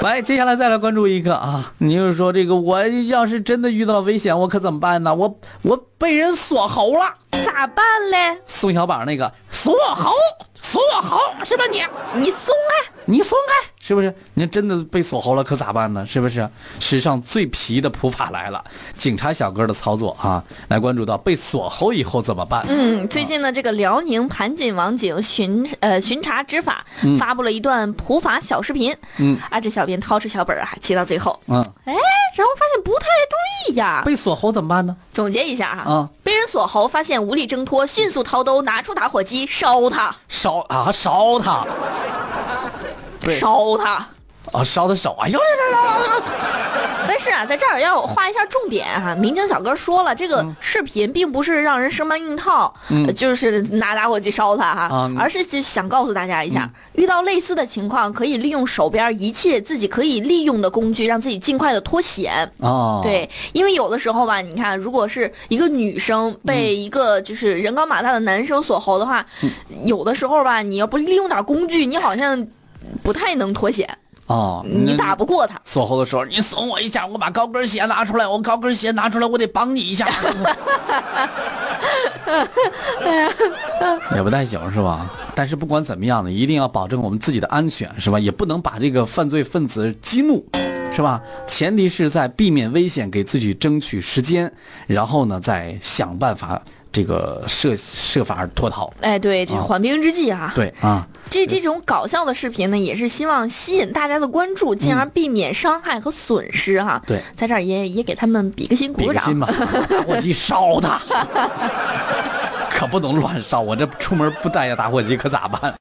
来，接下来再来关注一个啊，你就是说这个，我要是真的遇到危险，我可怎么办呢？我我被人锁喉了。咋办嘞？宋小宝那个锁我喉，锁我喉是吧你？你啊松开，你松开，是不是？你真的被锁喉了，可咋办呢？是不是？史上最皮的普法来了，警察小哥的操作啊！来关注到被锁喉以后怎么办？嗯，最近呢，这个辽宁盘锦网警巡呃巡查执法嗯发布了一段普法小视频，嗯啊，这小编掏出小本儿啊，记到最后，嗯，哎，然后发现不太对呀。被锁喉怎么办呢？总结一下啊，啊被人锁喉，发现无力挣脱，迅速掏兜，拿出打火机烧他，烧啊烧他，对烧他。啊烧他手，哎呦，哎呦哎呦哎呦但是啊，在这儿要画一下重点哈、民警小哥说了，这个视频并不是让人生搬硬套，嗯呃就是拿打火机烧他哈、啊嗯而是就想告诉大家一下，遇到类似的情况，可以利用手边一切自己可以利用的工具，让自己尽快的脱险。哦，对，因为有的时候吧，你看，如果是一个女生嗯被一个就是人高马大的男生锁喉的话，嗯有的时候吧，你要不利用点工具，你好像不太能脱险，哦，你打不过他。锁喉的时候，你怂我一下，我把高跟鞋拿出来，我高跟鞋拿出来，我得绑你一下。也不太行是吧？但是不管怎么样呢，一定要保证我们自己的安全是吧？也不能把这个犯罪分子激怒，是吧？前提是在避免危险，给自己争取时间，然后呢再想办法这个设设法脱逃。哎，对，这啊缓兵之计啊。对啊，这这种搞笑的视频呢，也是希望吸引大家的关注，进而避免伤害和损失哈。嗯对在这儿也也给他们比个心，鼓比个个掌心。 嘛，打火机 烧他，可不能乱烧。我这出门不带打火机可咋办？